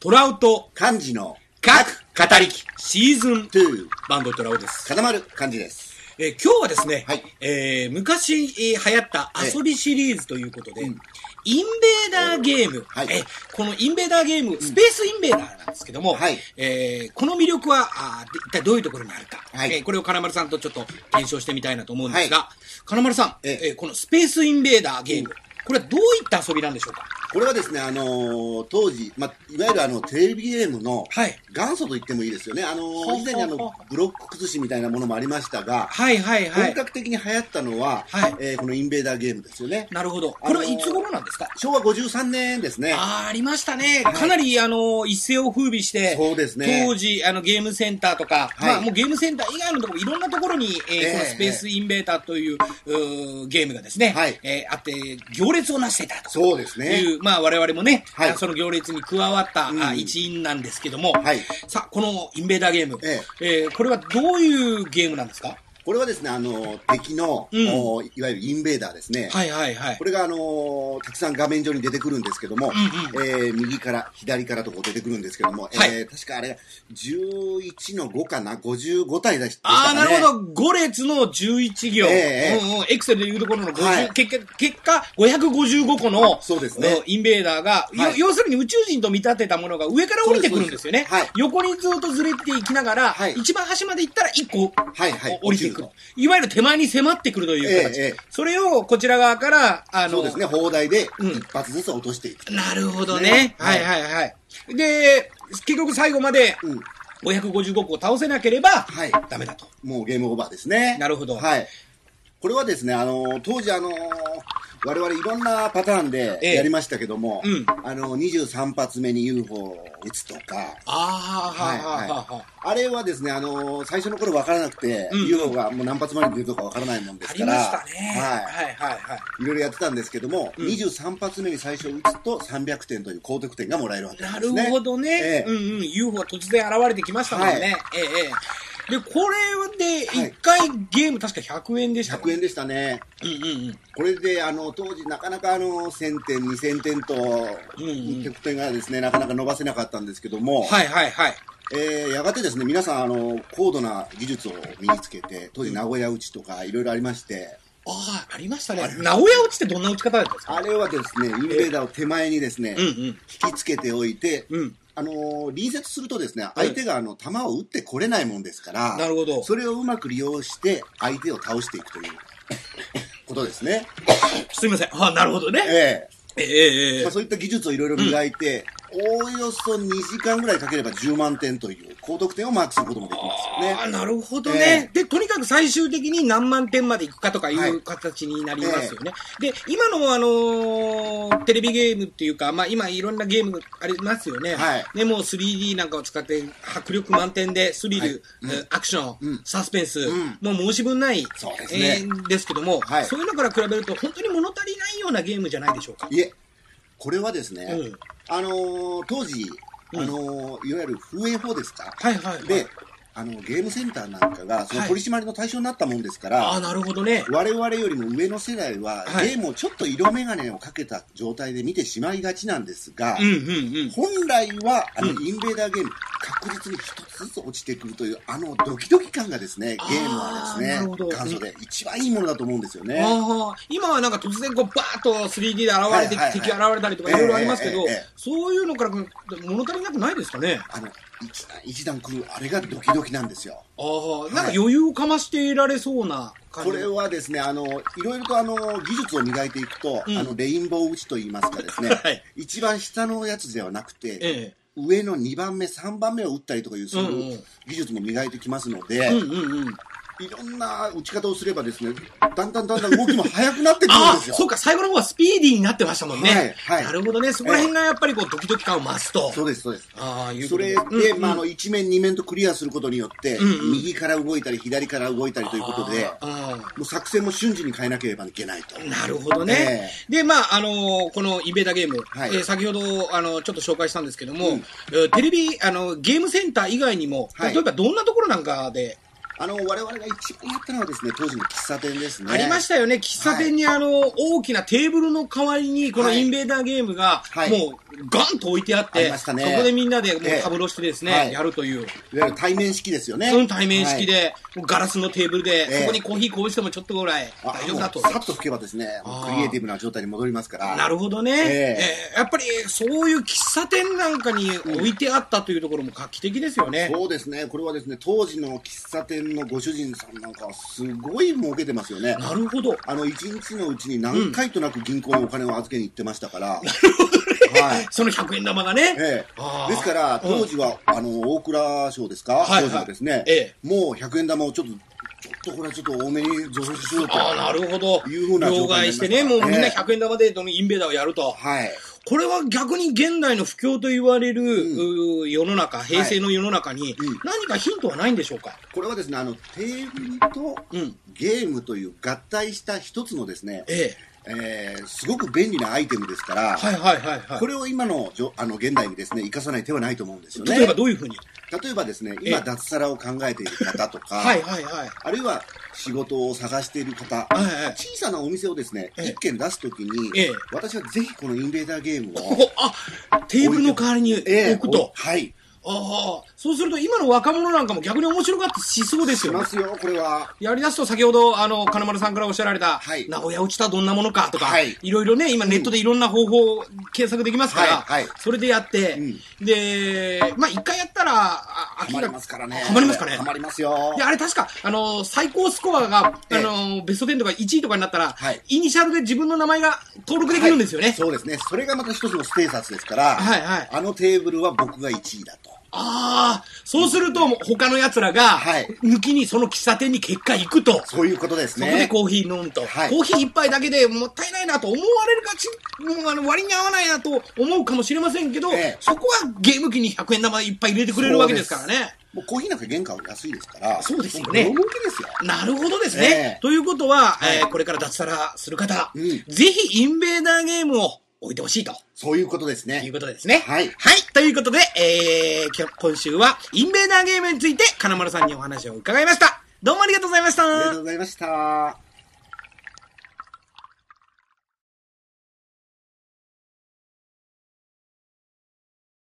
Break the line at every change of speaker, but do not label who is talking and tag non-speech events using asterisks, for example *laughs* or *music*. トラウト
漢字の
各
語りき
シーズン
2
バンドトラウです。
固まる漢字です
えー今日はですね、
はい
えー昔、えー流行った
ええ
遊びシリーズということで、
うん
インベーダーゲーム、
はい
えーこのインベーダーゲーム、スペースインベーダーなんですけども、
はい
えーこの魅力はあーで一体どういうところにあるか、
はい
えーこれを金丸さんとちょっと検証してみたいなと思うんですが、
は
金丸さん、え
ええ
ーこのスペースインベーダーゲーム、
うん
これはどういった遊びなんでしょうか
これはですね、あのー当時、まあ、いわゆるあのテレビゲームの
はい
元祖と言ってもいいですよね、あのー
ほう
以前にあ
ほう
の
ほ
ブロック崩しみたいなものもありましたが、
はいはいは
本
い。
格的に流行ったのは、
はい
えーこのインベーダーゲームですよね、
なるほど。
あ
こ
のー
れはいつ頃なんですか
昭和53年ですね、
*laughs* あーありましたね、かなりあの一世を風靡して、
そうですね
当時あの、ゲームセンターとか、
はい
まあ、もうゲームセンター以外のところ、いろんなところに、えー
ええ
このスペースインベーターといううーゲームがですね、
はい
えーあって、行列をなしていたと
そうですね
いう、まあ我々もね、
はい
その行列に加わった、
うん
あ一員なんですけども、
はい
さあ、このインベーダーゲーム、
え
えーこれはどういうゲームなんですか
これはですね、あのー敵の、
うん
おーいわゆるインベーダーですね。
はいはいはい
こ。れが、あのーたくさん画面上に出てくるんですけども、
うん
えー右から左からとこう出てくるんですけども、
はい
えー確かあれ、11の5かな、55体でした
あ
か
あ、
ね。
なるほど。5列の11行。
ええ
うんうん。エクセルでいうところの50、
はい
結果、結果、555個の、
そうですね
んインベーダーが、よ
はい
要するに宇宙人と見立てたものが上から降りてくるんですよね。
そうですそうですはい
横にずっとずれていきながら、
はい
一番端まで行ったら1個、
はいはい
降りてくる
落。
いわゆる手前に迫ってくるという形。
ええええ
それをこちら側から、あの、
そうですね、砲台で
うん
一発ずつ落としていくと。
なるほどね
ね。
はいはいはい。で、結局最後まで、
うん
555個を倒せなければ、
はい
ダメだと。
もうゲームオーバーですね。
なるほど
はい。これはですね、あの、当時あの、我々いろんなパターンで
ええ
やりましたけども、
うん
あの、23発目に UFO を撃つとか、
ああ、はいはいはいはい。
あれはですね、あの、最初の頃わからなくて、
うん
UFO がもう何発まで出るとかわからないもんで
あ
す
り
か
ま
ら、
したね。
はい。
はいはいはい。
いろいろやってたんですけども、
うん
23発目に最初撃つと300点という高得点がもらえるわけな
なん
です
る
ね。
ほどね
え。え
うんうん。UFO が突然現れてきましたもん
はい
ね。ええええ。で、これで、
はい
一回ゲーム確か100円でしたよ
100円でしたね。
うんうんうん。
これであの当時、なかなかあの1000点、2000点と、
うん
得点がですねなかなか伸ばせなかったんですけども、
はいはいはい。
えーやがてですね皆さんあの、高度な技術を身につけて、当時、名古屋打ちとかいろいろありまして、
ああ、ありましたね。名古屋落ちってどんな打ち方だったんですか
あれはですねインベーダーを手前にですね、
うんうん。
引きつけておいて、
うん。
あの隣接するとですね相手があの球を打ってこれないもんですから、
なるほど
それをうまく利用して、相手を倒していくと
*laughs*
いうことですね。
すみません。ああ、なるほどね。
ええ
えええええ
まあ、そういった技術をいろいろ磨いて、おおよそ2時間ぐらいかければ10万点という高得点をマークすることもできますよ
ああ、
ね。
なるほどね、で、とにかく最終的に何万点までいくかとかい
は
う
い
形になりますよね。で、今の、あのーテレビゲームっていうか、まあ今いろんなゲームありますよね。
はい
ね、もう 3D なんかを使って迫力満点でスリル、
はい
えーアクション、
うん
サスペンス、
ん
もう申し分ない、
そうですね
えーですけども、
はい
そういうのから比べると本当に物足りないようなゲームじゃないでしょうか。
いえ、これはですね、
うん
あのー当時、
うん
あのーいわゆる風営法ですか、
はいはい、はい。
であの、ゲームセンターなんかがその
はい
取り締まりの対象になったもんですから、
ああ、なるほどね。
我々よりも上の世代は、
はい
ゲームをちょっと色眼鏡をかけた状態で見てしまいがちなんですが、
うんうんうん。
本来はあの、
う
インベーダーゲーム確実に一つずつ落ちてくるというあのドキドキ感がですねゲームはです
あーな
ね
るほど
元祖で一番いいものだと思うんですよね。
ああ今はなんか突然こうバーッと 3D で現れて、
はいはいはい
敵が現れたりとかいろいろありますけど、
ええええええ
そういうのから物足りなくないですかね
あの一段一段来るあれがドキドキなんですよ。
ああなんか余裕をかましていられそうな感じ
これはですねあのいろいろとあの技術を磨いていくと、
うん
あのレインボー打ちといいますかですね、
はい
一番下のやつではなくて、
え
上の2番目3番目を打ったりとかいうそう
うんう
い
ん
う技術も磨いてきますので、
えうんうんうん
いろんな打ち方をすればですねだんだんだんだん動きも速くなってくるん
あ
です
あ
よ。
そうか最後の方はスピーディーになってましたもんね、
はいはい
なるほどねそこら辺がやっぱりこうドキドキ感を増すと
そうです、そうです。
ああいうこ
そ
と
れ
す
で、まあ、あの、一面、二面とクリアすることによって、
うんうん
右から動いたり、左から動いたりということで、
ああああ
もう作戦も瞬時に変えなければいけないと。
なるほどね。で、まあ、あのーこのインベーダーゲーム、
はい
えー先ほど、あの、ちょっと紹介したんですけども、
うん
えーテレビ、あの、ゲームセンター以外にも、
はい
例えばどんなところなんかで
あの、我々が一番やったのはですね、当時の喫茶店ですね。
ありましたよね、喫茶店にあの、大きなテーブルの代わりに、この
はい
インベーダーゲームが、
はい
もう、ガンと置いてあっ
あ
て、
りまし
そ
たね
こでみんなでもう
ええ
タブロしてですね、
はい
やるという、
いわゆる対面式ですよね。
その対面式
はい。
で、もうガラスのテーブルで、
ええ
そこにコーヒーこぼしてもちょっとぐらい、
あ
大丈夫だと
もう。さっと吹けばですね、もうクリエイティブな状態に戻りますから。
なるほどね、
え
えーやっぱりそういう喫茶店なんかに置いてあったというところも画期的ですよね。
*laughs* そうですね、これはですね、当時の喫茶店のご主人さんなんかはすごい儲けてますよね。
なるほど。
あの、一日のうちに何回となく銀行にお金を預けに行ってましたから。はい。
*laughs* その100円玉がね。
え
あー
え、ですから、
うん
当時は、あの大倉賞ですか、
はい
当時はですね、
え
もう100円玉をちょっと、ちょっとこれはちょっと多めに増殖しようと、
ああ、なるほど。
いうふうな状態になりました
両替してね、もうみんな100円玉でどのインベーダーをやると。
はい、
これは逆に現代の不況と言われる、うー世の中、平成の世の中に
うん
何かヒントはないんでしょうか。
これはですね、あのテーブルと
うん。
ゲームという合体した一つのですね、
ええ。
えーすごく便利なアイテムですから、
はいはいはいはい。
これを今のじょあの現代にですね生かさない手はないと思うんですよね。
例えばどういうふうに、
例えばですね、
え
今、
え
脱サラを考えている方とか、
はいはいはい。
あるいは仕事を探している方、
はいはい
小さなお店をですね、
ええ
一軒出すときに、
ええ
私はぜひこのインベーダーゲーム
こ
を、
こ、あ、テーブルの代わりに置くと。
はい、
ああ、そうすると今の若者なんかも逆に面白がってしそうです
し
よね
ま。すよ、これは。
やりだすと先ほど、あの、金丸さんからおっしゃられた、
はい
名古屋落ちたらどんなものかとか、
はい
い、ろいろね、今ネットでいろんな方法検索できますから、
はいはい
それでやって、
う
で、まあ一回やったら、あ
ハマりますからね。
ハマりますかね
ハマりますよ。
で、あれ確か、あの、最高スコアが、
ええ
あの、ベスト10とか1位とかになったら、
はい
イニシャルで自分の名前が登録できるんですよね。
そうですね。それがまた一つのステータスですから、
はいはい
あのテーブルは僕が1位だと。
ああ、そうすると、もう他の奴らが
はい、
抜きにその喫茶店に結果行くと。
そういうことです
そこで
ね。
コーヒー飲むと、
はい
コーヒー一杯だけでもったいないなと思われるかち、もうあの割に合わないなと思うかもしれませんけど、
ええ
そこはゲーム機に100円玉いっぱい入れてくれるわけですからね。
もうコーヒーなんか原価は安いですから、
そうですよね
もう儲けですよ。
なるほどです
え
ね。
え
ということは、
い
えーこれから脱サラする方、
うん
ぜひインベーダーゲームを置いてほしいと。
そういうことです
*laughs* いう
ね。
ことですね。
はい
ということで、えー、今日今週は、インベーダーゲームについて、金丸さんにお話を伺いました。どうもありがとうございました。
ありがとうございました。